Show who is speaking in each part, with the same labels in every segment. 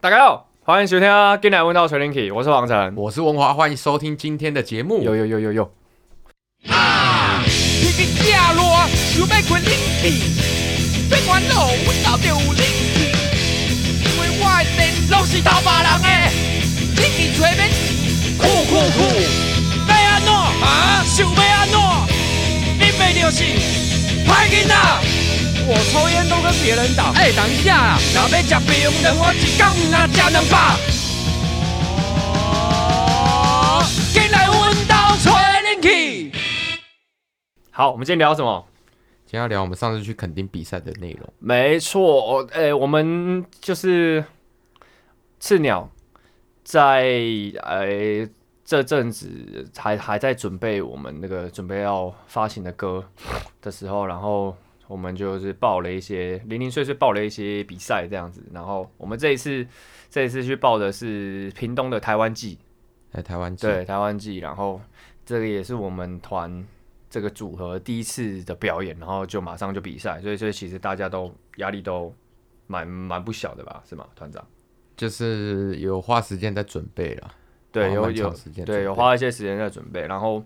Speaker 1: 大家好，欢迎收听《进来问到锤 l i n k y 我是王晨。
Speaker 2: 我是文华，欢迎收听今天的节目。
Speaker 1: 有有有有有，
Speaker 3: 天气正热，想要开冷气，别烦恼，阮家就有冷气，因为我的电拢是偷别人的，冷气吹免钱，酷酷酷，要安怎啊？想要安怎？你袂就是歹囡仔。我抽烟都跟别人打。哎、等一下啦，若要吃冰糖，我一天若吃两百。哦，进来阮家吹冷气。
Speaker 1: 好，我们今天聊什么？
Speaker 2: 今天要聊我们上次去垦丁比赛的内容。
Speaker 1: 没错，呃、我们就是赤鸟在呃这阵子还还在准备我们那个准备要发行的歌的时候，然后我们就是报了一些零零碎碎报了一些比赛这样子，然后我们这一次这一次去报的是屏东的台湾季，
Speaker 2: 在台湾记
Speaker 1: 对，台湾季，然后这个也是我们团这个组合第一次的表演，然后就马上就比赛，所以所以其实大家都压力都蛮蛮不小的吧，是吗，团长？
Speaker 2: 就是有花时间在准备了。
Speaker 1: 对，
Speaker 2: 花
Speaker 1: 有
Speaker 2: 蛮长
Speaker 1: 有
Speaker 2: 时间
Speaker 1: 对
Speaker 2: 准
Speaker 1: 有
Speaker 2: 备
Speaker 1: 花一些时间在准备，然后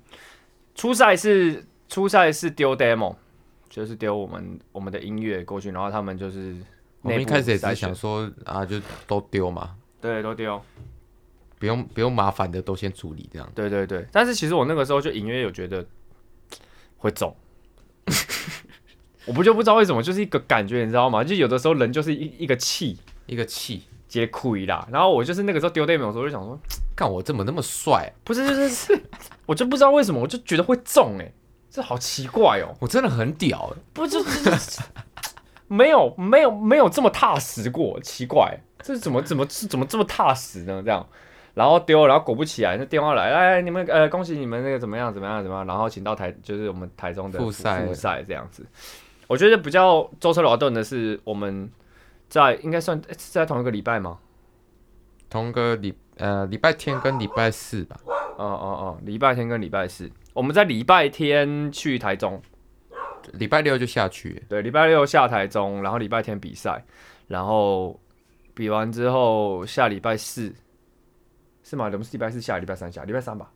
Speaker 1: 初赛是初赛是丢 demo，就是丢我们我们的音乐过去，然后他们就是
Speaker 2: 我们
Speaker 1: 内
Speaker 2: 一
Speaker 1: 部
Speaker 2: 开始也只
Speaker 1: 筛
Speaker 2: 是
Speaker 1: 选
Speaker 2: 想说啊，就都丢嘛，
Speaker 1: 对都丢，
Speaker 2: 不用不用麻烦的都先处理这样。
Speaker 1: 对对对，但是其实我那个时候就隐约有觉得会中， 我不就不知道为什么，就是一个感觉，你知道吗？就有的时候人就是一一个气
Speaker 2: 一个气，
Speaker 1: 接亏啦。然后我就是那个时候丢 demo 的时候，我就想说，
Speaker 2: 看我怎么那么帅，啊
Speaker 1: 不是就是是，我就不知道为什么，我就觉得会中哎、这好奇怪哦、
Speaker 2: 我真的很屌欸。
Speaker 1: 不就 就就没有没有没有这么踏实过，奇怪，这怎么怎么怎么这么踏实呢？这样，然后丢，然后果不其然，那电话来，哎，你们呃，恭喜你们那个怎么样怎么样怎么样，然后请到台就是我们台中的
Speaker 2: 复赛
Speaker 1: 复赛这样子。我觉得比较舟车劳顿的是我们在应该算诶是在同一个礼拜吗？
Speaker 2: 同个礼呃礼拜天跟礼拜四吧，
Speaker 1: 哦哦哦，礼拜天跟礼拜四，我们在礼拜天去台中，
Speaker 2: 礼拜六就下去欸。
Speaker 1: 对，礼拜六下台中，然后礼拜天比赛，然后比完之后下礼拜四是吗？我们是礼拜四下，礼拜三下，礼拜三吧。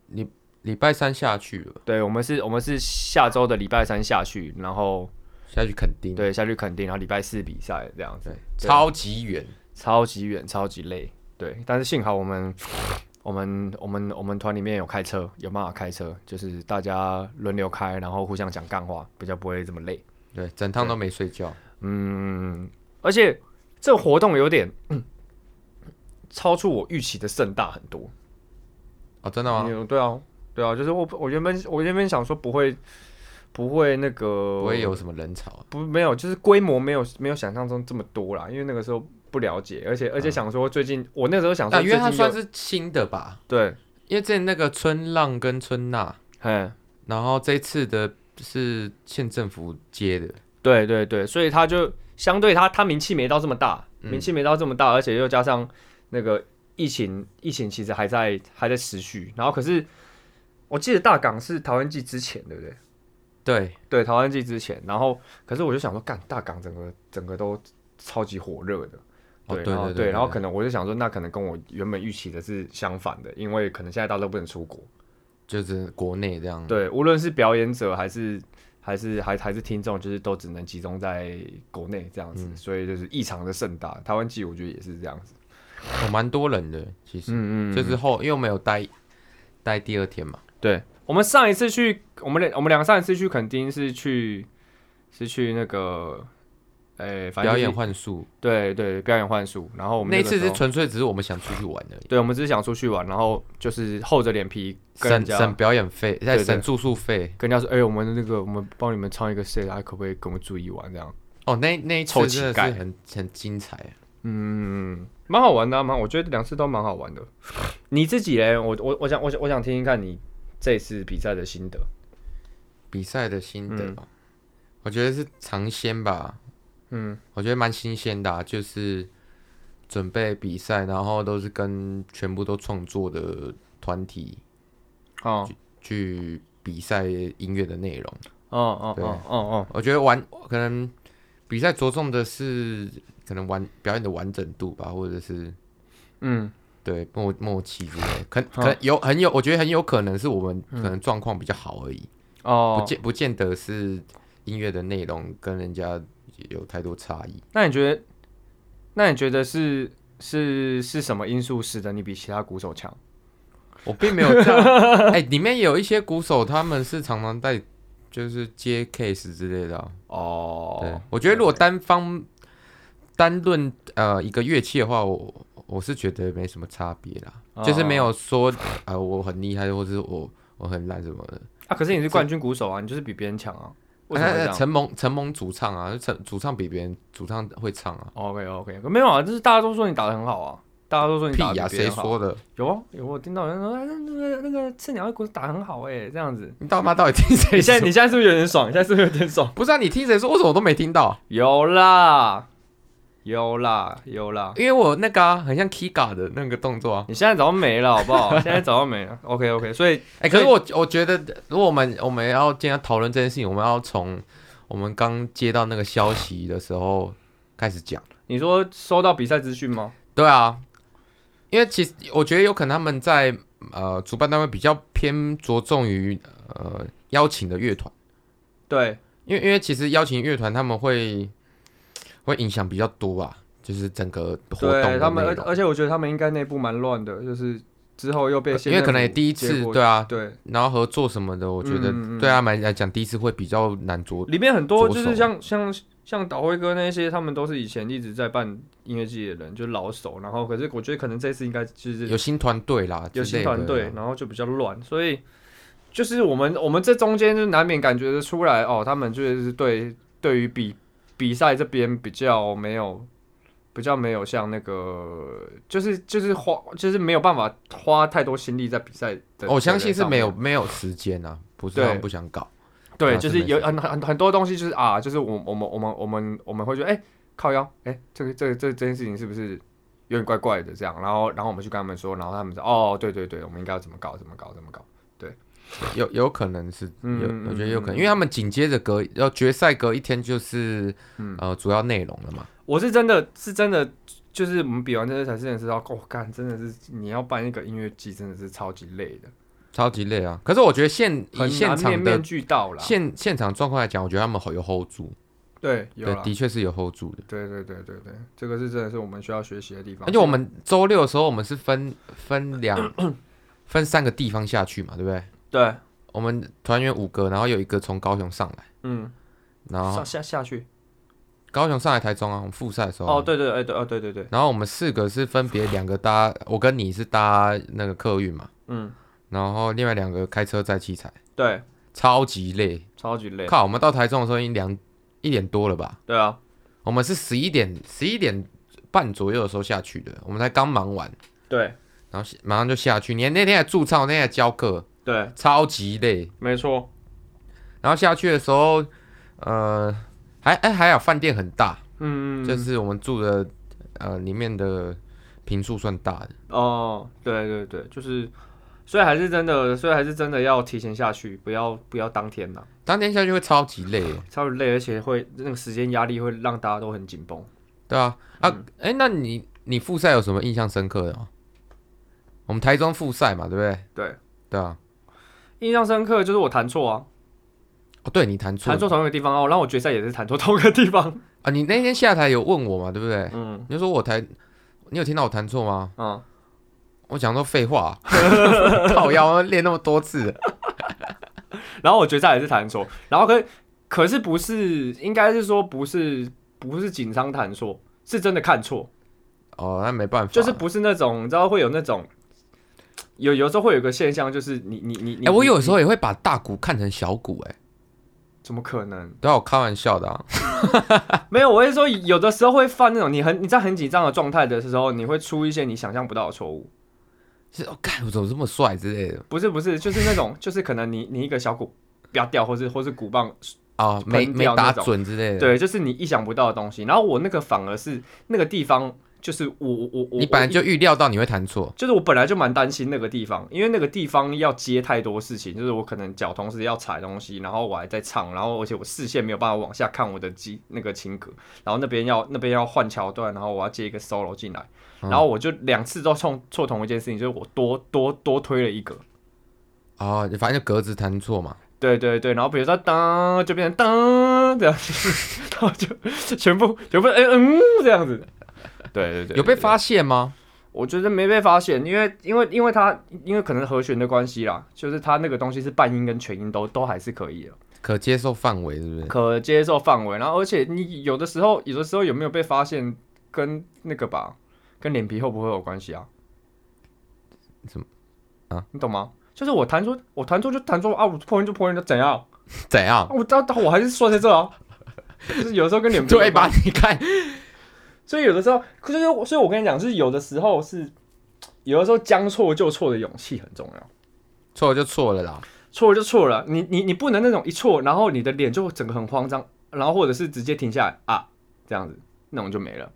Speaker 2: 礼拜三下去了，
Speaker 1: 对，我们是，我们是下周的礼拜三下去，然后
Speaker 2: 下去垦丁，
Speaker 1: 对下去垦丁，然后礼拜四比赛这样子
Speaker 2: 对，，超级远，
Speaker 1: 超级远，超级累。对，但是幸好我们我们我们我们团里面有开车，有办法开车，就是大家轮流开，然后互相讲干话，比较不会这么累。
Speaker 2: 对，整趟都没睡觉。
Speaker 1: 嗯，而且这个活动有点、嗯超出我预期的盛大很多。
Speaker 2: 哦，真的吗？
Speaker 1: 嗯对啊，对啊，就是我我原本我原本想说不会不会那个
Speaker 2: 不会有什么人潮。
Speaker 1: 不没有，就是规模没有没有想象中这么多啦，因为那个时候不了解，而且而且想说最近、我那时候想说
Speaker 2: 嗯但
Speaker 1: 最
Speaker 2: 因为
Speaker 1: 近
Speaker 2: 它
Speaker 1: 有，
Speaker 2: 算是新的吧，
Speaker 1: 对，
Speaker 2: 因为之前那个春浪跟春娜，
Speaker 1: 嗯，
Speaker 2: 然后这一次的是县政府接的，
Speaker 1: 对对对，所以他就相对他他名气没到这么大，
Speaker 2: 嗯
Speaker 1: 名气没到这么大，而且又加上那个疫情，疫情其实还在还在持续。然后可是我记得大港是台湾季之前，对不对？
Speaker 2: 对，
Speaker 1: 对，台湾季之前。然后可是我就想说，干大港整个整个都超级火热的。
Speaker 2: 哦
Speaker 1: 对，
Speaker 2: 对
Speaker 1: 然后
Speaker 2: 对对
Speaker 1: 对，
Speaker 2: 对
Speaker 1: 然后
Speaker 2: 对
Speaker 1: 可能我就想说，那可能跟我原本预期的是相反的，因为可能现在大家都不能出国，
Speaker 2: 就是国内这样。，
Speaker 1: 对，无论是表演者还是还是还还是听众，就是都只能集中在国内这样子，所以就是异常的盛大。台湾季我觉得也是这样子，
Speaker 2: 哦，蛮多人的，其实、
Speaker 1: 嗯
Speaker 2: 就是后，因为我们有待待第二天嘛，
Speaker 1: 对。我们上一次去，我们两我们两个上一次去垦丁是去是去那个，诶、反正
Speaker 2: 表
Speaker 1: 就是
Speaker 2: 演幻术
Speaker 1: 对对表演幻术，然后我们
Speaker 2: 那一
Speaker 1: 个
Speaker 2: 次
Speaker 1: 时
Speaker 2: 是
Speaker 1: 候
Speaker 2: 纯粹只是我们想出去玩而已，
Speaker 1: 对，我们只是想出去玩，然后就是厚着脸皮跟人
Speaker 2: 省
Speaker 1: 家
Speaker 2: 省表演费，
Speaker 1: 对
Speaker 2: 再
Speaker 1: 对
Speaker 2: 省住宿费。
Speaker 1: 跟人家说，哎、我们那个我们帮你们唱一个 set，啊可不可以跟我们住一晚这样？
Speaker 2: 哦，那那一
Speaker 1: 臭
Speaker 2: 次
Speaker 1: 乞
Speaker 2: 真的是
Speaker 1: 丐
Speaker 2: 很很精彩，啊
Speaker 1: 嗯，蛮好玩的、啊，蛮，我觉得两次都蛮好玩的。你自己嘞，我我我想我想我想听听看你这次比赛的心得。
Speaker 2: 比赛的心得
Speaker 1: 嗯
Speaker 2: 吧，我觉得是尝鲜吧，
Speaker 1: 嗯
Speaker 2: 我觉得蛮新鲜的、啊，就是准备比赛，然后都是跟全部都创作的团体
Speaker 1: 哦
Speaker 2: 去比赛音乐的内容。
Speaker 1: 哦哦
Speaker 2: 对
Speaker 1: 哦哦哦，
Speaker 2: 我觉得完可能比赛着重的是可能完表演的完整度吧，或者是
Speaker 1: 嗯，
Speaker 2: 对默默契之类的，可可能有很有，我觉得很有可能是我们
Speaker 1: 嗯
Speaker 2: 可能状况比较好而已，
Speaker 1: 哦
Speaker 2: 不，见不见得是音乐的内容跟人家有太多差异。
Speaker 1: 那你觉得，那你觉得是是是什么因素使得你比其他鼓手强？
Speaker 2: 我并没有这样， 哎，里面有一些鼓手他们是常常带就是接 case 之类的啊、对
Speaker 1: 哦，，
Speaker 2: 我觉得如果单方单论呃一个乐器的话，我我是觉得没什么差别啦，
Speaker 1: 哦
Speaker 2: 就是没有说呃我很厉害，或者是我我很烂什么的。
Speaker 1: 啊，可是你是冠军鼓手啊，你就是比别人强啊，为什么会这
Speaker 2: 哎
Speaker 1: 样？
Speaker 2: 陈蒙陈蒙主唱啊，陈主唱比别人主唱会唱啊，
Speaker 1: OK OK，没有啊，就是大家都说你打的很好啊，大家都说你
Speaker 2: 屁
Speaker 1: 打的
Speaker 2: 呀、
Speaker 1: 比别
Speaker 2: 谁
Speaker 1: 人好。
Speaker 2: 说的？
Speaker 1: 有啊有，我听到有人说哎那个那个赤鸟的鼓手打得很好哎、这样子。
Speaker 2: 你到妈到底听谁
Speaker 1: 你
Speaker 2: 说？
Speaker 1: 现在你现在是不是有点爽？你现在是不是有点爽？
Speaker 2: 不是啊，你听谁说？为什么我都没听到？
Speaker 1: 有啦，有啦，有啦。
Speaker 2: 因为我那个、啊、很像 Kiga 的那个动作啊。
Speaker 1: 你现在早就没了，好不 好？现在早就没了。OK OK，所以
Speaker 2: 哎、可是我我觉得，如果我们我们要今天讨论这件事情，我们要从我们刚接到那个消息的时候开始讲。
Speaker 1: 你说收到比赛资讯吗？
Speaker 2: 对啊，因为其实我觉得有可能他们在呃主办单位比较偏着重于呃邀请的乐团，
Speaker 1: 对，
Speaker 2: 因为因为其实邀请乐团他们会会影响比较多啊，就是整个活动
Speaker 1: 对
Speaker 2: 的
Speaker 1: 他们，
Speaker 2: 内
Speaker 1: 而
Speaker 2: 容
Speaker 1: 而且我觉得他们应该内部蛮乱的，就是之后又被
Speaker 2: 因为可能也第一次对啊，
Speaker 1: 对，
Speaker 2: 然后合作什么的，我觉得、
Speaker 1: 嗯嗯嗯
Speaker 2: 对他们来讲第一次会比较难着
Speaker 1: 里面很多
Speaker 2: 左
Speaker 1: 就
Speaker 2: 手
Speaker 1: 是像像像导辉哥那些，他们都是以前一直在办音乐季的人，就是老手。然后可是我觉得可能这次应该就是
Speaker 2: 有新团队啦，
Speaker 1: 有
Speaker 2: 之
Speaker 1: 新
Speaker 2: 类的啊
Speaker 1: 团队
Speaker 2: 啦，
Speaker 1: 然后就比较乱，所以就是我们我们这中间就难免感觉得出来哦，他们就是对对于比比赛这边比较没有。比较没有像那个，就是就是花，就是没有办法花太多心力在比赛的。
Speaker 2: 我哦相信是没有
Speaker 1: 的
Speaker 2: 没有时间啊，不是
Speaker 1: 对
Speaker 2: 他们不想搞，
Speaker 1: 对，
Speaker 2: 啊
Speaker 1: 就是
Speaker 2: 是没
Speaker 1: 有
Speaker 2: 错
Speaker 1: 很很很多东西，就是啊，就是我我们我们我们我们会觉得，哎、靠腰，哎、这个这个这这件事情是不是有点怪怪的这样？然后然后我们去跟他们说，然后他们说，哦，对对对，我们应该要怎么搞，怎么搞，怎么搞。
Speaker 2: 有有可能是
Speaker 1: 嗯
Speaker 2: 有
Speaker 1: 嗯，
Speaker 2: 我觉得
Speaker 1: 嗯
Speaker 2: 有可能，
Speaker 1: 嗯
Speaker 2: 因为他们紧接着隔要决赛隔一天就是
Speaker 1: 嗯
Speaker 2: 呃主要内容了嘛，
Speaker 1: 我是真的是真的，就是我们比完这些才真的知道，哦，干，真的是你要办一个音乐季，真的是超级累的，
Speaker 2: 超级累啊。可是我觉得现以
Speaker 1: 很
Speaker 2: 现
Speaker 1: 难面
Speaker 2: 场的
Speaker 1: 面俱到啦。
Speaker 2: 现现场状况来讲，我觉得他们好有 hold 住，
Speaker 1: 对，有啊
Speaker 2: 对，
Speaker 1: 啦。
Speaker 2: 的确是有 hold 住的。
Speaker 1: 对对对对对，这个是真的是我们需要学习的地方。
Speaker 2: 而且我们周六的时候，我们是分分两分三个地方下去嘛，对不对？
Speaker 1: 对，
Speaker 2: 我们团员五个，然后有一个从高雄上来，
Speaker 1: 嗯，
Speaker 2: 然后
Speaker 1: 上下下去。
Speaker 2: 高雄上来台中啊，我们复赛的时候啊
Speaker 1: 哦，。对对，哎对，哦对对对，
Speaker 2: 然后我们四个是分别两个搭，我跟你是搭那个客运嘛，
Speaker 1: 嗯，
Speaker 2: 然后另外两个开车载器材，
Speaker 1: 对，
Speaker 2: 超级累。
Speaker 1: 超级累。
Speaker 2: 靠，我们到台中的时候已经两一点多了吧？
Speaker 1: 对啊，
Speaker 2: 我们是十一点十一点半左右的时候下去的，我们才刚忙完，
Speaker 1: 对
Speaker 2: 然后马上就下去。你那天还驻唱，那天还教课，
Speaker 1: 对，
Speaker 2: 超级累。
Speaker 1: 没错。
Speaker 2: 然后下去的时候，呃，还哎还好饭店很大，
Speaker 1: 嗯，
Speaker 2: 就是我们住的呃里面的平数算大的。
Speaker 1: 哦，对对对，就是，所以还是真的，所以还是真的要提前下去，不要不要当天呐、
Speaker 2: 当天下去会超级累，
Speaker 1: 超级累，而且会那个时间压力会让大家都很紧绷。
Speaker 2: 对啊啊
Speaker 1: 嗯
Speaker 2: 哎、那你你复赛有什么印象深刻的吗？我们台中复赛嘛，对不对？
Speaker 1: 对，
Speaker 2: 对啊，
Speaker 1: 印象深刻就是我弹错啊，
Speaker 2: 哦，对你弹错
Speaker 1: 弹错同一个地方哦，然后我决赛也是弹错同一个地方。
Speaker 2: 啊！你那天下台有问我嘛，对不对？
Speaker 1: 嗯
Speaker 2: 你就说我弹，你有听到我弹错吗？
Speaker 1: 嗯，
Speaker 2: 我讲说 废话，啊 靠腰练那么多次，
Speaker 1: 然后我决赛也是弹错，然后可可是不是，应该是说不是不是紧张弹错，是真的看错。
Speaker 2: 哦，那没办法，
Speaker 1: 就是。不是那种，你知道会有那种，有有时候会有个现象，就是你你你你，
Speaker 2: 哎、我有
Speaker 1: 你
Speaker 2: 时候也会把大鼓看成小鼓、哎，
Speaker 1: 怎么可能？
Speaker 2: 对啊，我开玩笑的啊。
Speaker 1: 没有，我是说有的时候会犯那种你很你在很紧张的状态的时候，你会出一些你想象不到的错误。
Speaker 2: 是，哦，干，我怎么这么帅之类的
Speaker 1: 不是不是，就是那种 就是可能你你一个小鼓飙掉，或是或是鼓棒，
Speaker 2: 啊？没
Speaker 1: 喷
Speaker 2: 没
Speaker 1: 掉那
Speaker 2: 打
Speaker 1: 种
Speaker 2: 准之类的。
Speaker 1: 对，就是你意想不到的东西。然后我那个反而是那个地方就是我我我我
Speaker 2: 你本来就预料到你会弹错，
Speaker 1: 就是我本来就蛮担心那个地方，因为那个地方要接太多事情，就是我可能脚同时要踩东西，然后我还在唱，然后而且我视线没有办法往下看我的机那个琴格，然后那边要那边要换桥段，然后我要接一个 solo 进来，
Speaker 2: 嗯
Speaker 1: 然后我就两次都冲错同一件事情，就是我多多多推了一格，
Speaker 2: 哦，反正就格子弹错嘛。
Speaker 1: 对对对，然后比如说当就变成当这样，然后就全部全部哎嗯这样子，对对对，
Speaker 2: 有被
Speaker 1: 对
Speaker 2: 发现吗？
Speaker 1: 我觉得没被发现，因为因为因为它因为可能和弦的关系啦，就是它那个东西是半音跟全音都都还是可以的，
Speaker 2: 可接受范围是不是？
Speaker 1: 可接受范围。然后而且你有的时候有的时候有没有被发现，跟那个吧，跟脸皮厚不厚有关系啊？
Speaker 2: 怎么啊？
Speaker 1: 你懂吗？就是我弹出我弹出就弹出啊，我破音就破音，就怎样？啊
Speaker 2: 怎样？
Speaker 1: 我到我还是说在这啊， 就是有时候跟脸皮有
Speaker 2: 对吧
Speaker 1: 关？？
Speaker 2: 你看，
Speaker 1: 所以有的时候，可是所以我跟你讲，就是有的时候是有的时候将错就错的勇气很重要。
Speaker 2: 错了就错了啦。
Speaker 1: 错了就错了，你你你不能那种一错，然后你的脸就整个很慌张，然后或者是直接停下来啊这样子，那种就没了。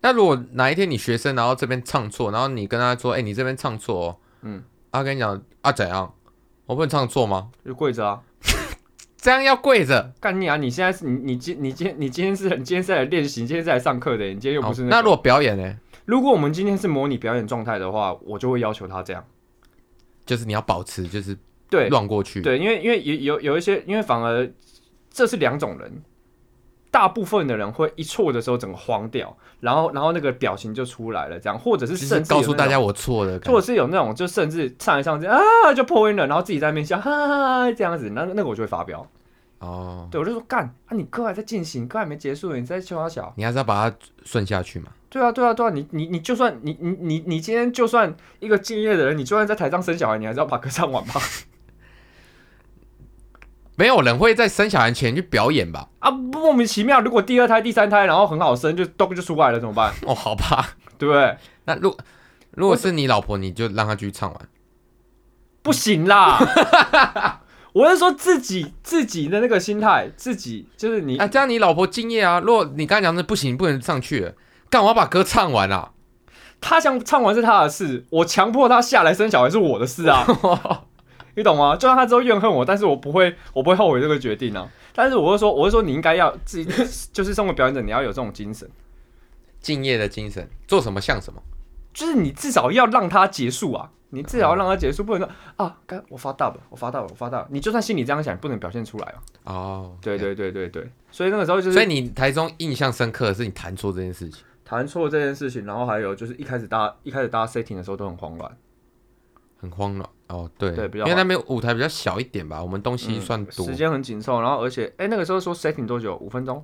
Speaker 2: 那如果哪一天你学生然后这边唱错，然后你跟他说，哎、你这边唱错、哦，
Speaker 1: 嗯，
Speaker 2: 他、跟你讲啊怎样？我不能唱错吗？
Speaker 1: 就跪着啊，
Speaker 2: 这样要跪着。
Speaker 1: 干你啊！你现在是你你今你今你今天是你今天是来练习，你今天是来上课的，你今天又不是
Speaker 2: 好
Speaker 1: 那个
Speaker 2: 哦那如果表演呢？
Speaker 1: 如果我们今天是模拟表演状态的话，我就会要求他这样。
Speaker 2: 就是你要保持，就是
Speaker 1: 对
Speaker 2: 乱过去。，
Speaker 1: 对，因为因为有有有一些，因为反而这是两种人，大部分的人会一错的时候整个慌掉，然后然后那个表情就出来了，这样或者是
Speaker 2: 就是
Speaker 1: 甚至
Speaker 2: 告诉
Speaker 1: 有那
Speaker 2: 大
Speaker 1: 种
Speaker 2: 家我错了。
Speaker 1: 或者是有那种就甚至唱一唱这样啊就破音了，然后自己在那边笑哈哈哈哈这样子，那那个我就会发飙。
Speaker 2: 哦，
Speaker 1: 对，我就说干啊，你课还在进行，课还没结束，你在笑他小。
Speaker 2: 你还是要把它顺下去嘛。
Speaker 1: 对啊，对啊，对啊，你你你就算你你你你今天就算一个敬业的人，你就算在台上生小孩，你还是要把课上完吧？
Speaker 2: 没有人会在生小孩前去表 演吧？
Speaker 1: 啊，莫名其妙，如果第二胎、第三胎，然后很好生，就都就出来了，怎么办？
Speaker 2: 哦，好吧。
Speaker 1: 对不对？
Speaker 2: 那如如果是你老婆，你就让她继续唱完。
Speaker 1: 不行啦！ 我是说自己自己的那个心态，自己就是你
Speaker 2: 啊，这样你老婆敬业啊。如果你刚才讲的不行，不能上去了，干我要把歌唱完啊。
Speaker 1: 他想唱完是他的事，我强迫他下来生小孩是我的事啊，你懂吗？就算他之后怨恨我，但是我不会，我不会后悔这个决定啊。但是我会说，我会说你应该要自己， 就是身为表演者，你要有这种精神，
Speaker 2: 敬业的精神，做什么像什么。
Speaker 1: 就是你至少要让他结束啊，你至少要让他结束，不能说
Speaker 2: 嗯
Speaker 1: 啊，该我发大了，我发大了，我发大了。你就算心里这样想，也不能表现出来啊。
Speaker 2: 哦，
Speaker 1: 对。对对对对，所以那个时候就是，
Speaker 2: 所以你台中印象深刻的是你弹错这件事情，
Speaker 1: 弹错这件事情，然后还有就是一开始大家一开始大家 setting 的时候都很慌乱，
Speaker 2: 很慌乱。哦，对，
Speaker 1: 对比较嗯
Speaker 2: 因为那边舞台比较小一点吧，我们东西算多，
Speaker 1: 时间很紧凑，然后而且哎、那个时候说 setting 多久？五分钟。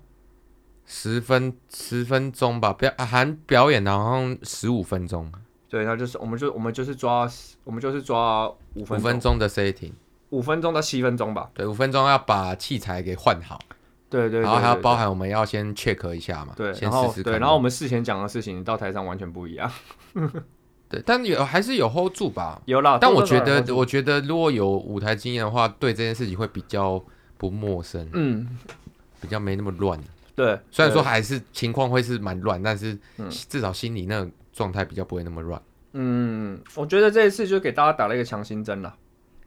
Speaker 2: 十分十分钟吧，表啊含表演好像十五分钟，
Speaker 1: 对，那就是我们就我们就是抓我们就是抓五
Speaker 2: 五
Speaker 1: 分
Speaker 2: 分
Speaker 1: 钟
Speaker 2: 钟的 setting，
Speaker 1: 五分钟到七分钟吧。
Speaker 2: 对，五分钟要把器材给换好，
Speaker 1: 对对对，
Speaker 2: 然后还要
Speaker 1: 对
Speaker 2: 包含我们要先 check 一下嘛，
Speaker 1: 对，
Speaker 2: 先
Speaker 1: 然
Speaker 2: 试
Speaker 1: 后
Speaker 2: 试
Speaker 1: 对，
Speaker 2: 看。
Speaker 1: 然后我们事前讲的事情到台上完全不一样。
Speaker 2: 对，但有还是有 hold 住吧。
Speaker 1: 有啦，
Speaker 2: 但
Speaker 1: 多
Speaker 2: 我
Speaker 1: 多少
Speaker 2: 觉
Speaker 1: 少
Speaker 2: 得，
Speaker 1: 有
Speaker 2: 我觉得如果有舞台经验的话，对这件事情会比较不陌生，
Speaker 1: 嗯，
Speaker 2: 比较没那么乱。
Speaker 1: 对，
Speaker 2: 虽然说
Speaker 1: 对
Speaker 2: 还是情况会是蛮乱，但是
Speaker 1: 嗯
Speaker 2: 至少心里那个状态比较不会那么乱。
Speaker 1: 嗯，我觉得这一次就给大家打了一个强心针啦，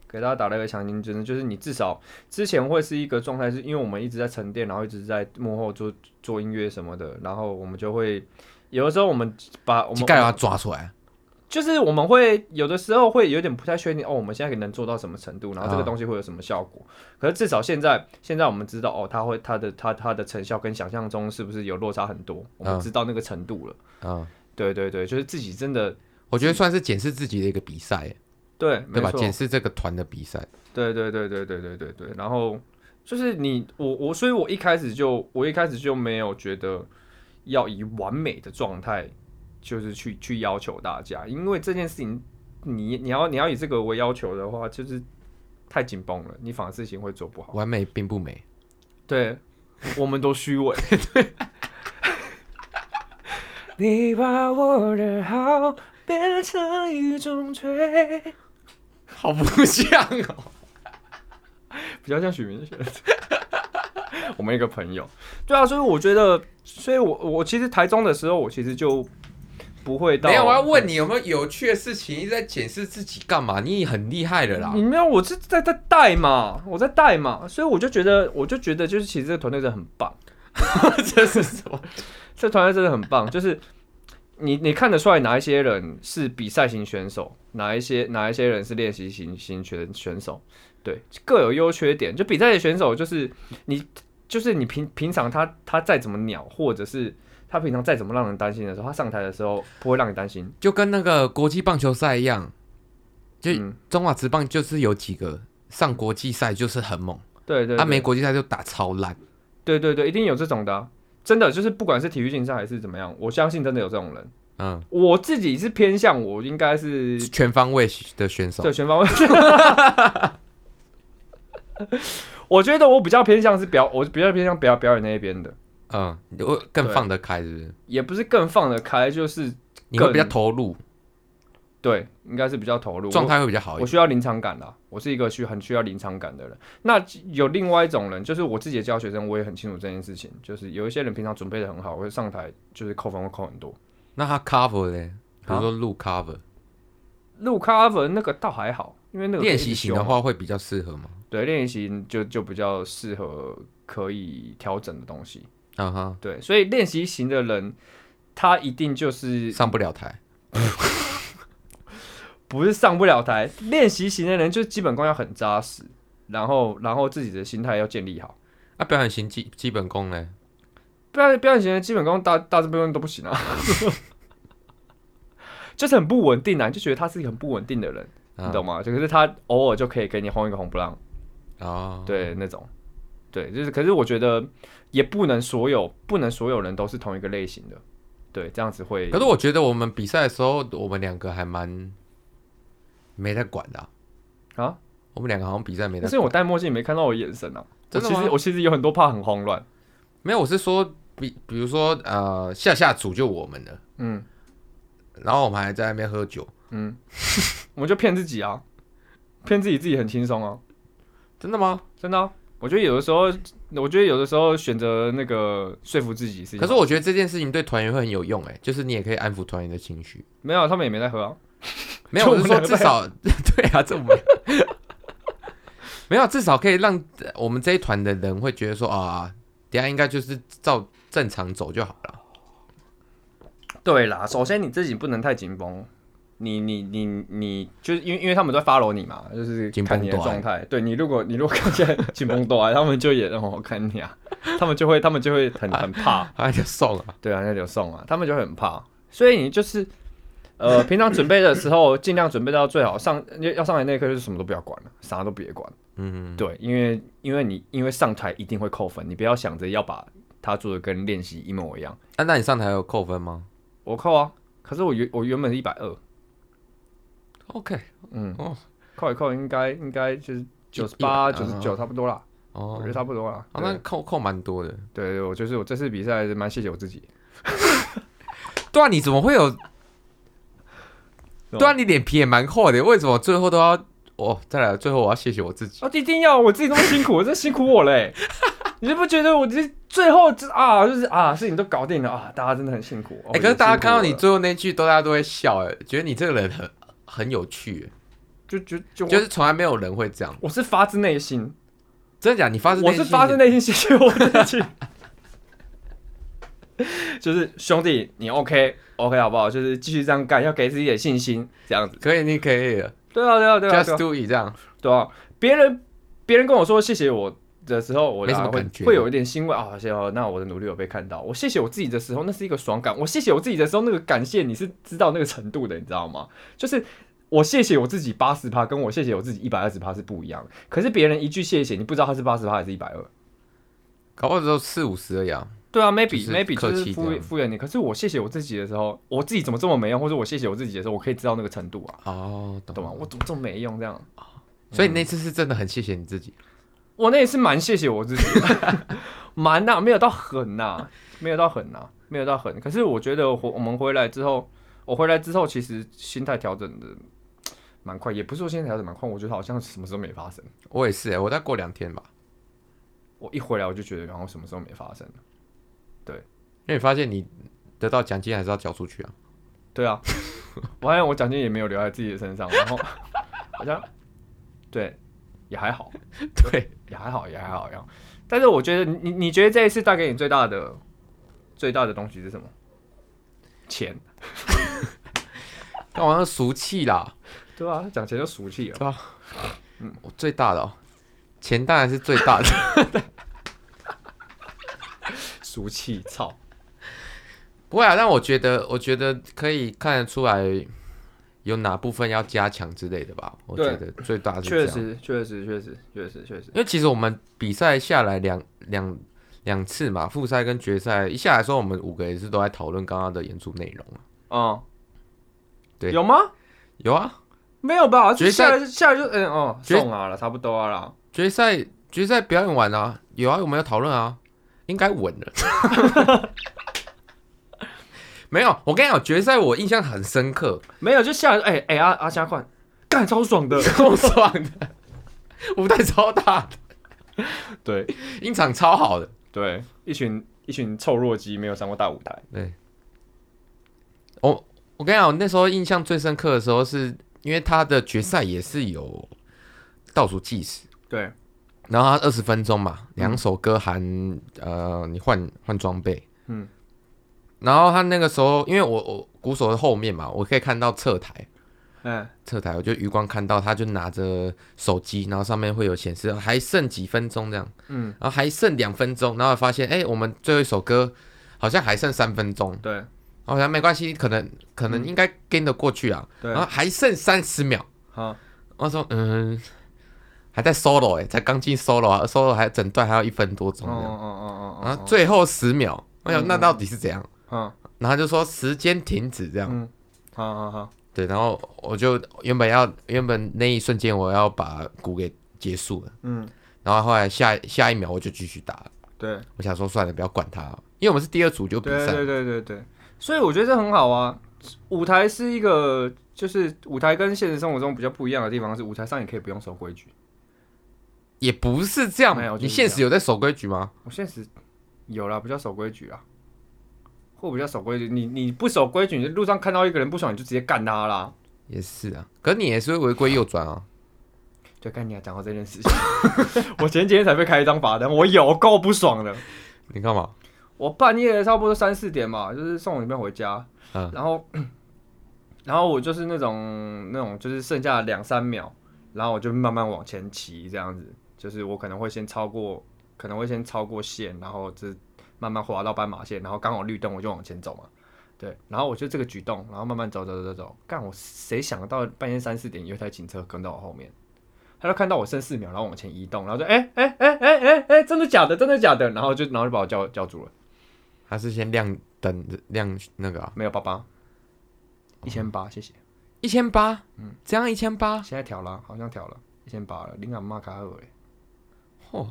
Speaker 1: 给大家打了一个强心针，就是你至少之前会是一个状态，是因为我们一直在沉淀，然后一直在幕后做做音乐什么的，然后我们就会有的时候我们把我
Speaker 2: 膝
Speaker 1: 们
Speaker 2: 盖要啊抓出来，
Speaker 1: 就是我们会有的时候会有点不太确定哦，我们现在能做到什么程度，然后这个
Speaker 2: 啊
Speaker 1: 东西会有什么效果。可是至少现在，现在我们知道哦，它会它的它它的成效跟想象中是不是有落差很多？我们
Speaker 2: 嗯
Speaker 1: 知道那个程度了。
Speaker 2: 嗯，
Speaker 1: 对对对，就是自己真的
Speaker 2: 我觉得算是检视自己的一个比赛，
Speaker 1: 对，没
Speaker 2: 对吧？
Speaker 1: 错
Speaker 2: 检视这个团的比赛，
Speaker 1: 对对对对对对对对，然后就是你我我，所以我一开始就我一开始就没有觉得要以完美的状态，就是去去要求大家，因为这件事情你你要你要以这个为要求的话，就是太紧绷了，你反而事情会做不好。
Speaker 2: 完美并不 美。
Speaker 1: 对，我们都虚伪。 你把我的好变成一种罪，
Speaker 2: 好不像哦。
Speaker 1: 比较像许明轩。 我们一个朋友，对啊，所以我觉得，所以我我其实台中的时候，我其实就不会到。
Speaker 2: 没有，啊我要问你有没有有趣的事情，一直在检视自己干嘛？你很厉害的啦
Speaker 1: 你，没有，我是在在带嘛，我在带嘛，所以我就觉得，我就觉得，就是其实这个团队真的很棒，
Speaker 2: 这是什么？
Speaker 1: 这团队真的很棒，就是你你看得出来哪一些人是比赛型选手，哪一些哪一些人是练习型型选选手，对，各有优缺点。就比赛型选手，就是你就是你平平常他他再怎么鸟，或者是他平常再怎么让人担心的时候，他上台的时候不会让你担心。
Speaker 2: 就跟那个国际棒球赛一样，就
Speaker 1: 嗯
Speaker 2: 中华职棒就是有几个上国际赛就是很猛，
Speaker 1: 对对对
Speaker 2: 他没国际赛就打超烂。
Speaker 1: 对对对，一定有这种的啊、真的就是不管是体育竞赛还是怎么样，我相信真的有这种人。
Speaker 2: 嗯，
Speaker 1: 我自己是偏向我应该是
Speaker 2: 是全方位的选手
Speaker 1: 对，全方位，我觉得我比较偏向是表，我比较偏向表表演那一边的，
Speaker 2: 嗯，我更放得开，是不是？
Speaker 1: 也不是更放得开，就是
Speaker 2: 你会
Speaker 1: 更
Speaker 2: 比较投入，
Speaker 1: 对，应该是比较投入
Speaker 2: 状。态会比较好
Speaker 1: 我
Speaker 2: 一
Speaker 1: 我
Speaker 2: 点。
Speaker 1: 需要临场感啦，我是一个需很需要临场感的人。那有另外一种人，就是我自己的教学生，我也很清楚这件事情，就是有一些人平常准备的很好，会上台就是扣分会扣很多。
Speaker 2: 那他 cover 嘞？比如
Speaker 1: 啊
Speaker 2: 说录 cover，
Speaker 1: 录 cover 那个倒还好，因为那个
Speaker 2: 练习型的
Speaker 1: 可以一直修嘛，
Speaker 2: 话会比较适合吗？
Speaker 1: 对练习型就就比较适合可以调整的东西。
Speaker 2: 啊哈，
Speaker 1: 对，所以练习型的人，他一定就是
Speaker 2: 上不了台。
Speaker 1: 不是上不了台，练习型的人就是基本功要很扎实，然后然后自己的心态要建立好。
Speaker 2: 那啊表演型基基本功嘞？
Speaker 1: 不然表演型的基本功大大致部分都不行啊， 就是很不稳定啊，你就觉得他是一个很不稳定的人，
Speaker 2: 啊
Speaker 1: 你懂吗？就可是他偶尔就可以给你轰一个红不让。
Speaker 2: 哦，，
Speaker 1: 对那种，对，就是可是我觉得也不能所有不能所有人都是同一个类型的，对，这样子会
Speaker 2: 可是我觉得我们比赛的时候，我们两个还蛮没在管的啊、
Speaker 1: 啊，
Speaker 2: 我们两个好像比赛没
Speaker 1: 但是
Speaker 2: 在
Speaker 1: 我戴墨镜没看到我眼神啊，我
Speaker 2: 真的
Speaker 1: 其实
Speaker 2: 吗
Speaker 1: 我其实有很多怕很慌乱，
Speaker 2: 没有，我是说，比比如说，呃，下下组就我们了，
Speaker 1: 嗯
Speaker 2: 然后我们还在那边喝酒，
Speaker 1: 嗯， 我就骗自己啊，骗自己自己很轻松啊，
Speaker 2: 真的吗？
Speaker 1: 真的啊、我觉得有的时候，我觉得有的时候选择那个说服自己是一
Speaker 2: 可
Speaker 1: 种，
Speaker 2: 是我啊觉得这件事情对团员会很有用，哎，就是你也可以安抚团员的情绪。
Speaker 1: 没有啊，他们也没在喝啊，
Speaker 2: 没有，
Speaker 1: 就
Speaker 2: 我是
Speaker 1: 我们
Speaker 2: 说
Speaker 1: 两
Speaker 2: 至
Speaker 1: 个
Speaker 2: 少， 对啊，这我们没有，至少可以让呃我们这一团的人会觉得说啊，等一下应该就是照正常走就 好了。
Speaker 1: 对啦，首先你自己不能太紧绷，你你你你，就是因为因为他们都在 follow 你嘛，就是
Speaker 2: 紧绷啊
Speaker 1: 看你的
Speaker 2: 多
Speaker 1: 状态。对你如果你如果看起来紧绷多啊， 他们就也让我看你啊， 他们就会他们就会很很怕，
Speaker 2: 啊，就送啊，
Speaker 1: 对啊，那就送啊，他们就会很怕，所以你就是。 呃，平常准备的时候，尽量准备到最好。上要上来那一刻，就是什么都不要管了，啥都别管。
Speaker 2: 嗯，
Speaker 1: 对，因为因为你因为上台一定会扣分，你不要想着要把它做的跟练习一模一样。
Speaker 2: 啊，那你上台有扣分吗
Speaker 1: 我扣啊，可是我原我原本是一百二，
Speaker 2: ？OK，
Speaker 1: 嗯，
Speaker 2: 哦
Speaker 1: 扣一扣应该应该就是九十八、
Speaker 2: 一
Speaker 1: 九十
Speaker 2: 嗯
Speaker 1: 九差不多啦，我
Speaker 2: 哦
Speaker 1: 觉得，差不多啦。
Speaker 2: 啊，
Speaker 1: 对
Speaker 2: 那扣扣蛮多的。
Speaker 1: 对对，我就是我这次比赛还是蛮谢谢我自己，
Speaker 2: 对啊，你怎么会有？
Speaker 1: 吗
Speaker 2: 对啊，你脸皮也蛮厚的，为什么最后都要？哦，再来，最后我要谢谢我自己。
Speaker 1: 啊，一定要我自己那么辛苦，我真辛苦我 嘞、你就不觉得我这最后这啊就是啊事情都搞定了啊，大家真的很辛苦。哎、
Speaker 2: 哎、可是大家看到你最后那句，都大家都会笑，哎，觉得你这个人很很有趣，哎
Speaker 1: 就就就
Speaker 2: 就
Speaker 1: 就是
Speaker 2: 从来没有人会这样。
Speaker 1: 我是发自内心，
Speaker 2: 真的假的？你发自内
Speaker 1: 我
Speaker 2: 心
Speaker 1: 是发自内心谢谢我自己。 就是兄弟，你 OK OK 好不好？就是继续这样干，要给自己点信心，这样子。
Speaker 2: 可以，你可以的
Speaker 1: 对啊，对啊，对啊。对啊
Speaker 2: ，just do it 这样。
Speaker 1: 对啊，别人别人跟我说谢谢我的时候，我
Speaker 2: 没什么
Speaker 1: 当然
Speaker 2: 感觉
Speaker 1: 会会有一点欣慰啊，谢谢哦，那我的努力有被看到。我谢谢我自己的时候，那是一个爽感。我谢谢我自己的时候，那个感谢你是知道那个程度的，你知道吗？就是。我谢谢我自己八十趴，跟我谢谢我自己一百二十趴是不一样的。可是别人一句谢谢，你不知道他是八十趴还是一百二。
Speaker 2: 搞不好只有四五十而已啊。
Speaker 1: 对啊，maybe
Speaker 2: 就是
Speaker 1: maybe
Speaker 2: 客
Speaker 1: 就是
Speaker 2: 气
Speaker 1: 敷
Speaker 2: 这
Speaker 1: 衍
Speaker 2: 样
Speaker 1: 敷衍你。可是我谢谢我自己的时候，我自己怎么这么没用，或者我谢谢我自己的时候，我可以知道那个程度啊，
Speaker 2: 哦，懂
Speaker 1: 懂吗？我嗯怎么这么没用这样？
Speaker 2: 所以你那次是真的很谢谢你自己。
Speaker 1: 我那也是蛮谢谢我自己的， 蛮呐、没有到狠呐、没有到狠呐、没有到狠。可是我觉得我我们回来之后，我回来之后其实心态调整的蛮快，也不是说心态调整蛮快，我觉得好像什么时候没发生。
Speaker 2: 我也是、哎，我再过两天吧。
Speaker 1: 我一回来我就觉得，然后什么时候没发生？
Speaker 2: 因为你发现你得到奖金还是要交出去啊。
Speaker 1: 对啊，我发现我奖金也没有留在自己的身上，然后 好像对也还 好，
Speaker 2: 对，
Speaker 1: 也还好，也还好，然后，但是我觉得你你觉得这一次带给你最大的最大的东西是什么？钱，
Speaker 2: 但我好像俗气啦，
Speaker 1: 对啊，讲钱就俗气了。
Speaker 2: 对吧？我最大的哦，钱当然是最大的，
Speaker 1: 俗气，操！
Speaker 2: 不会啊。但我觉得，我觉得可以看得出来有哪部分要加强之类的吧。我觉得最大是这
Speaker 1: 确
Speaker 2: 样，
Speaker 1: 实，确实，确实，确实，确实，
Speaker 2: 因为其实我们比赛下来两两两次嘛，复赛跟决赛一下来的时候，我们五个也是都在讨论刚刚的演出内容啊。
Speaker 1: 嗯，
Speaker 2: 对
Speaker 1: 有吗？
Speaker 2: 有啊，
Speaker 1: 没有吧？
Speaker 2: 决
Speaker 1: 下
Speaker 2: 赛
Speaker 1: 来下来就嗯哦，
Speaker 2: 决
Speaker 1: 送啊了，差不多啊啦。
Speaker 2: 决赛决赛表演完啊，有啊，我们有讨论啊，应该稳了。 没有，我跟你讲，决赛我印象很深刻，
Speaker 1: 没有，就下来，哎、哎、阿阿加冠干超爽的，
Speaker 2: 超爽的，舞台超大的，
Speaker 1: 对
Speaker 2: 音场超好的。
Speaker 1: 对，一群一群臭弱鸡，没有上过大舞台，
Speaker 2: 对，我我跟你讲，我那时候印象最深刻的时候是，因为他的决赛也是有倒数计时，
Speaker 1: 对
Speaker 2: 然后他二十分钟嘛，两首歌含、呃，你换换装备，
Speaker 1: 嗯，
Speaker 2: 然后他那个时候，因为我我鼓手的后面嘛，我可以看到侧台，
Speaker 1: 嗯
Speaker 2: 侧台，我就余光看到他就拿着手机，然后上面会有显示还剩几分钟这样，
Speaker 1: 嗯，
Speaker 2: 然后还剩两分钟，然后发现哎、我们最后一首歌好像还剩三分钟，
Speaker 1: 对
Speaker 2: 然后我想没关系，可能可能应该跟得过去啊，
Speaker 1: 对
Speaker 2: 然后还剩三十秒，
Speaker 1: 好
Speaker 2: 我说嗯，还在 solo 哎、才刚进 solo 啊，solo 还整段还要一分多
Speaker 1: 哦
Speaker 2: 钟
Speaker 1: 哦
Speaker 2: 啊这样，
Speaker 1: 哦哦
Speaker 2: 然
Speaker 1: 哦
Speaker 2: 后最后十秒，我想
Speaker 1: 嗯
Speaker 2: 那到底是怎样？
Speaker 1: 哦，
Speaker 2: 然后他就说时间停止这样。
Speaker 1: 嗯好好好，
Speaker 2: 对，然后我就原本要原本那一瞬间我要把鼓给结束了，
Speaker 1: 嗯
Speaker 2: 然后后来下下一秒我就继续打了，
Speaker 1: 对
Speaker 2: 我想说算了，不要管他，因为我们是第二组就比
Speaker 1: 对
Speaker 2: 赛，
Speaker 1: 对对对对，所以我觉得这很好啊。舞台是一个，就是舞台跟现实生活中比较不一样的地方是，舞台上也可以不用守规矩。
Speaker 2: 也不是这样
Speaker 1: 没有就，是
Speaker 2: 你现实有在守规矩吗？
Speaker 1: 我现实有啦，不叫守规矩啊，或不叫守规矩。你你不守规矩，你路上看到一个人不爽，你就直接干他啦。
Speaker 2: 也是啊，可是你也是会违规右转啊，
Speaker 1: 就看你还讲到这件事情， 我前几天才被开一张罚单，我有够不爽的。
Speaker 2: 你干嘛？
Speaker 1: 我半夜差不多三四点嘛，就是送我女朋友回家，
Speaker 2: 嗯
Speaker 1: 然后 然后我就是那种那种就是剩下两三秒，然后我就慢慢往前骑这样子，就是我可能会先超过，可能会先超过线，然后就是慢慢滑到斑马线，然后刚好绿灯我就往前走嘛。对，然后我就这个举动，然后慢慢走走走走走，干我谁想得到半夜三四点有一台警车跟到我后面，他就看到我剩四秒，然后往前移动，然后就哎哎哎哎哎哎，真的假的，真的假的，然后就然后就把我叫叫住了。
Speaker 2: 他是先亮灯亮那个啊，
Speaker 1: 没有爸爸，一千八，谢谢。
Speaker 2: 一千八，嗯，这样一千八，
Speaker 1: 现在调了，啊好像调了，一千八了。灵感骂卡尔，哎，
Speaker 2: 嚯，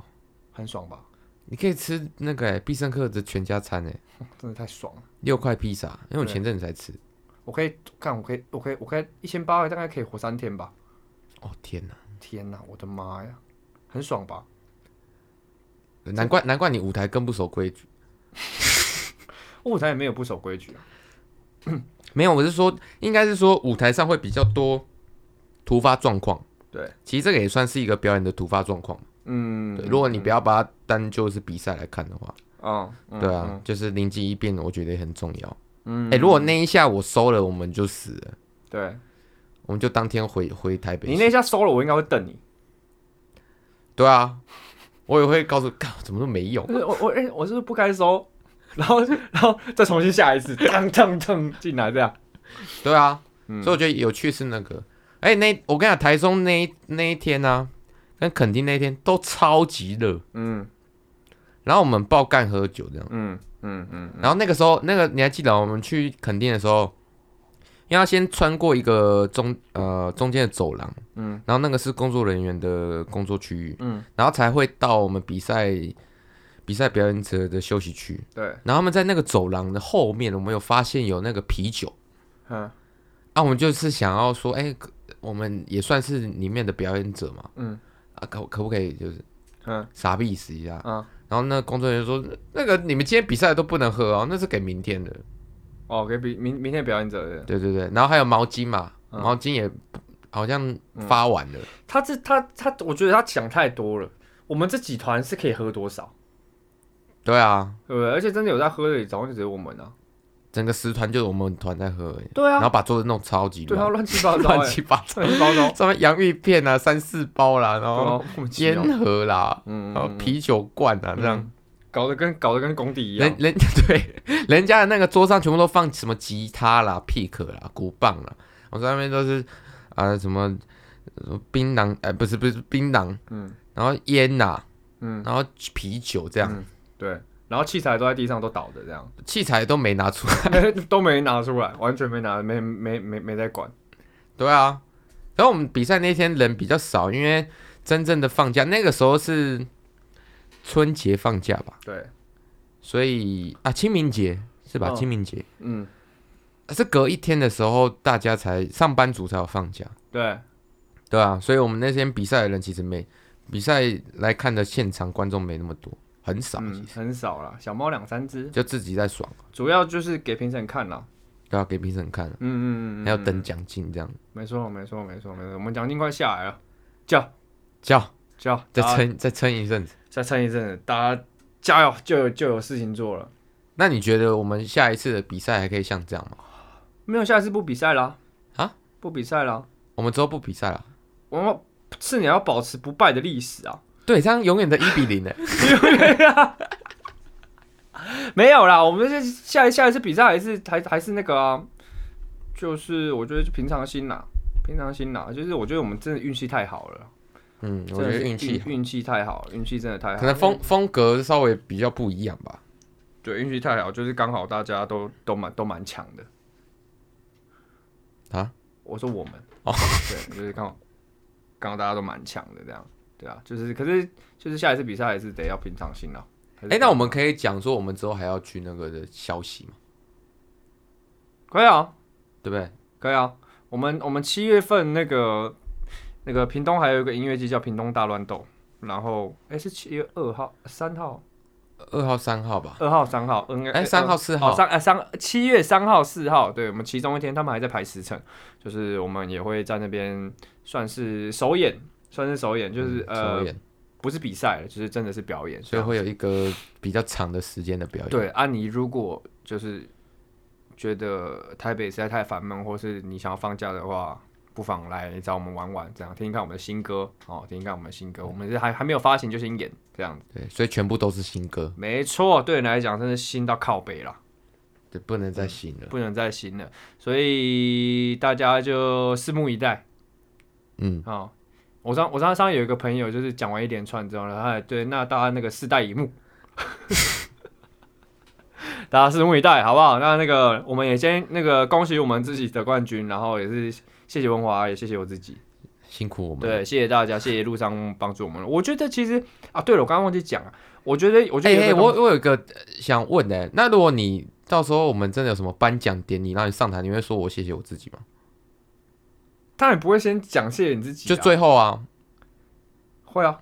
Speaker 1: 很爽吧？
Speaker 2: 你可以吃那个、欸、必胜客的全家餐哎、
Speaker 1: 真的太爽了！
Speaker 2: 六块披萨，因为我
Speaker 1: 对
Speaker 2: 前阵子才吃，
Speaker 1: 我可以看，我可以，我可以，我可以一千八，大概可以活三天吧。
Speaker 2: 哦天哪，
Speaker 1: 天哪，我的妈呀，很爽吧？
Speaker 2: 难怪难怪你舞台更不守规矩。
Speaker 1: 舞台也哦没有不守规矩啊。
Speaker 2: 没有，我是说，应该是说舞台上会比较多突发状况。
Speaker 1: 对，
Speaker 2: 其实这个也算是一个表演的突发状况。
Speaker 1: 嗯
Speaker 2: 对，，如果你不要把它当就是比赛来看的话，
Speaker 1: 嗯，嗯
Speaker 2: 对啊，，就是灵机一变，我觉得也很重要。
Speaker 1: 嗯，
Speaker 2: 哎、如果那一下我收了，我们就死了，
Speaker 1: 对
Speaker 2: 我们就当天回回台北市。
Speaker 1: 你那下收了，我应该会瞪你。
Speaker 2: 对啊，我也会告诉，靠，怎么都没用
Speaker 1: 不。是我我哎、我是不是不该收？然后然后再重新下一次，当当当进来这样。
Speaker 2: 对啊，
Speaker 1: 嗯
Speaker 2: 所以我觉得有趣是那个，哎、那我跟你讲，台中那一那一天呢、啊，跟垦丁那一天都超级热，
Speaker 1: 嗯
Speaker 2: 然后我们爆干喝酒这样。
Speaker 1: 嗯嗯嗯，
Speaker 2: 然后那个时候，那个你还记得我们去垦丁的时候，因为要先穿过一个中呃中间的走廊，
Speaker 1: 嗯，
Speaker 2: 然后那个是工作人员的工作区域，
Speaker 1: 嗯，
Speaker 2: 然后才会到我们比赛比赛表演者的休息区。
Speaker 1: 对，
Speaker 2: 然后他们在那个走廊的后面，我们有发现有那个啤酒，
Speaker 1: 嗯
Speaker 2: 啊，我们就是想要说，哎、可我们也算是里面的表演者嘛，
Speaker 1: 嗯
Speaker 2: 啊，可可不可以就是
Speaker 1: 嗯
Speaker 2: 傻逼死一下？
Speaker 1: 嗯。
Speaker 2: 啊然后那工作人员说，那个你们今天比赛都不能喝哦，那是给明天的。
Speaker 1: 哦，给比明明天表演者的，
Speaker 2: 对对对，然后还有毛巾嘛，
Speaker 1: 嗯
Speaker 2: 毛巾也好像发完了，
Speaker 1: 他这他他，我觉得他想太多了。我们这几团是可以喝多少，
Speaker 2: 对啊，
Speaker 1: 对不对？而且真的有在喝的，早上就只有我们啊。
Speaker 2: 整个十团就是我们团在喝而已，
Speaker 1: 对
Speaker 2: 然后
Speaker 1: 啊，
Speaker 2: 把桌子弄超级
Speaker 1: 对啊，
Speaker 2: 乱，
Speaker 1: 乱七八糟、欸，
Speaker 2: 乱七八糟，
Speaker 1: 乱七八糟。啊
Speaker 2: 上面洋芋片啊，三四包啦，然
Speaker 1: 然
Speaker 2: 后
Speaker 1: 后我
Speaker 2: 烟盒啦，
Speaker 1: 嗯
Speaker 2: 然后啤酒罐啊，这样。哎
Speaker 1: 嗯搞得跟搞得跟工地一
Speaker 2: 人
Speaker 1: 样。
Speaker 2: 人 对人家的那个桌上全部都放什么吉他啦、pick 啦、鼓棒啦，我在那边都是啊、什么呃槟榔，呃不是不是槟榔，
Speaker 1: 嗯
Speaker 2: 然后烟呐、
Speaker 1: 嗯，
Speaker 2: 然后啤酒这样，
Speaker 1: 嗯对。然后器材都在地上都倒着，这样
Speaker 2: 器材都没拿出来。
Speaker 1: 都没拿出来，完全没拿，没没没没在管。
Speaker 2: 对啊，然后我们比赛那天人比较少，因为真正的放假那个时候是春节放假吧，
Speaker 1: 对，
Speaker 2: 所以啊清明节是吧？
Speaker 1: 嗯
Speaker 2: 清明节啊
Speaker 1: 嗯，
Speaker 2: 是隔一天的时候，大家才上班族才有放假。
Speaker 1: 对，
Speaker 2: 对啊，所以我们那天比赛的人其实没比赛来看的现场观众没那么多，很少，其
Speaker 1: 嗯，
Speaker 2: 实、
Speaker 1: 很少啦，小猫两三只，
Speaker 2: 就自己在爽，
Speaker 1: 主要就是给评审看啦。
Speaker 2: 对啊，给评审看，
Speaker 1: 嗯嗯嗯嗯，
Speaker 2: 还要等奖金这样，
Speaker 1: 没错，没错，没错，没错。我们奖金快下来了，叫
Speaker 2: 叫
Speaker 1: 叫，
Speaker 2: 再
Speaker 1: 大家
Speaker 2: 撑再撑一阵子。
Speaker 1: 再撑一阵子，大家加油，就有就有事情做了。
Speaker 2: 那你觉得我们下一次的比赛还可以像这样吗？
Speaker 1: 没有，下一次不比赛啦，
Speaker 2: 啊，
Speaker 1: 不比赛啦，
Speaker 2: 我们之后不比赛了？
Speaker 1: 我们次年要保持不败的历史啊。
Speaker 2: 对，这样永远的一比零 欸呢？
Speaker 1: 没有啦，我们这下下一次比赛还是还还是那个啊，就是我觉得就平常心啦，平常心啦，就是我觉得我们真的运气太好了，
Speaker 2: 嗯，
Speaker 1: 真
Speaker 2: 我
Speaker 1: 的
Speaker 2: 觉得
Speaker 1: 是
Speaker 2: 运气好，
Speaker 1: 运气啊太好，运气真的太好，
Speaker 2: 可能风风格稍微比较不一样吧。
Speaker 1: 对运气太好，就是刚好大家都都蛮都蛮强的
Speaker 2: 啊。
Speaker 1: 我说我们
Speaker 2: 哦，
Speaker 1: 对，就是刚好刚好大家都蛮强的这样，对啊，就是可是就是下一次比赛还是得要平常心啦。哎
Speaker 2: 哎、那我们可以讲说我们之后还要去那个的消息嘛，
Speaker 1: 可以啊，
Speaker 2: 对不对？
Speaker 1: 可以啊，我们我们七月份那个那个屏东还有一个音乐季叫屏东大乱斗，然后哎、诶是七月二号、三号、
Speaker 2: 二号、三号吧。
Speaker 1: 二号、三号，嗯，
Speaker 2: 哎、三号、四
Speaker 1: 好
Speaker 2: 号，
Speaker 1: 三呃三七月三号四号，对我们其中一天他们还在排时程，就是我们也会在那边算是首演，算是首演，就是、
Speaker 2: 首
Speaker 1: 呃
Speaker 2: 嗯演
Speaker 1: 不是比赛了，就是真的是表演，
Speaker 2: 所以会有一个比较长的时间的表演。
Speaker 1: 对，啊，你如果就是觉得台北实在太烦闷，或是你想要放假的话，不妨来找我们玩玩，这样听听看我们的新歌哦，听听看我们的新歌，我们是还还没有发行就先演这样子，
Speaker 2: 对，所以全部都是新歌，
Speaker 1: 没错，对你来讲真是新到靠北啦，
Speaker 2: 对，不能
Speaker 1: 嗯
Speaker 2: 再新了。
Speaker 1: 不能再新了，所以大家就拭目以待
Speaker 2: 嗯，
Speaker 1: 哦。我上我上上有一个朋友，就是讲完一连串之后呢，哎，对，那大家那个世代荧幕， 大家拭目以待，好不好？那那个我们也先那个恭喜我们自己的冠军，然后也是谢谢文华，也谢谢我自己，
Speaker 2: 辛苦我们。，
Speaker 1: 对，谢谢大家，谢谢路上帮助我们。我觉得其实啊，对了，我刚刚忘记讲啊，我觉得我觉
Speaker 2: 哎、
Speaker 1: 得有
Speaker 2: 哎、
Speaker 1: 一个东
Speaker 2: 我我有一个呃想问的、那如果你到时候我们真的有什么颁奖典礼，让你上台，你会说我谢谢我自己吗？
Speaker 1: 当然不会先讲谢谢你自己、
Speaker 2: 就最后啊，
Speaker 1: 会啊，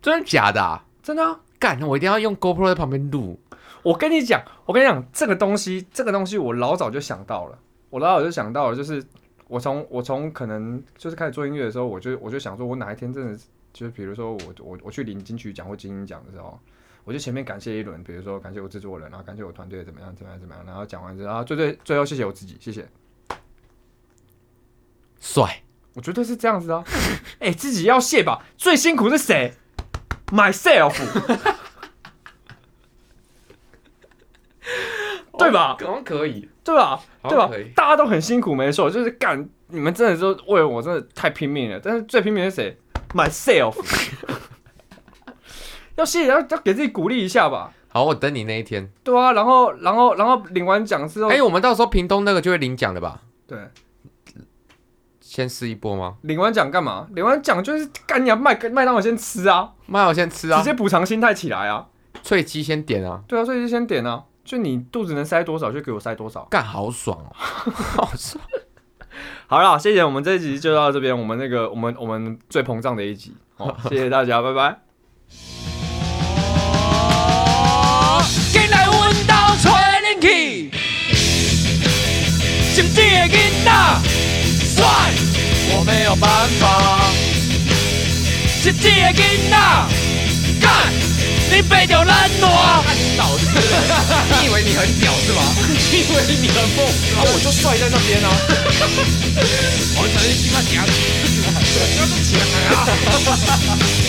Speaker 2: 真的假的、啊？
Speaker 1: 真的啊。
Speaker 2: 干，我一定要用 GoPro 在旁边录。
Speaker 1: 我跟你讲，我跟你讲，这个东西，这个东西我老早就想到了，我老早就想到了，就是我从我从可能就是开始做音乐的时候，我就我就想说，我哪一天真的是就是比如说我我我去领金曲奖或金鹰奖的时候，我就前面感谢一轮，比如说感谢我制作人，然后感谢我团队怎么样怎么样怎么样，然后讲完之后，然后最最最后谢谢我自己，谢谢，
Speaker 2: 帅，
Speaker 1: 我绝对是这样子的啊，哎、自己要谢吧，最辛苦是谁？myself，对吧？
Speaker 2: 好像可以。
Speaker 1: 对吧？
Speaker 2: 好
Speaker 1: 对吧
Speaker 2: 可以？
Speaker 1: 大家都很辛苦，没错，就是干，你们真的都为我真的太拼命了。但是最拼命的是谁？myself，要谢谢，要要给自己鼓励一下吧。
Speaker 2: 好，我等你那一天。
Speaker 1: 对啊，然后然后然后领完奖之后，
Speaker 2: 哎、我们到时候屏东那个就会领奖了吧？
Speaker 1: 对，
Speaker 2: 先试一波吗？
Speaker 1: 领完奖干嘛？领完奖就是干你要麦麦当劳先吃啊，
Speaker 2: 妈，我先吃啊
Speaker 1: 直，接补偿心态起来啊。
Speaker 2: 脆鸡先点啊，
Speaker 1: 对啊，所以就先点啊，就你肚子能塞多少就给我塞多少。
Speaker 2: 干好爽哦，好爽。
Speaker 1: 好啦，谢谢，我们这一集就到这边，我们那个我们我们最膨胀的一集，好，谢谢大家，拜拜。
Speaker 3: 哦，紧来阮兜找恁去，心机的囡仔，帅，我没有办法。心机的囡仔，干，你被着咱烂。
Speaker 4: 脑子，你以为你很屌是吗？
Speaker 3: 你 以为你很梦
Speaker 4: 啊，我就帅在那边啊，
Speaker 3: 我曾经他讲，
Speaker 4: 不要动起来啊！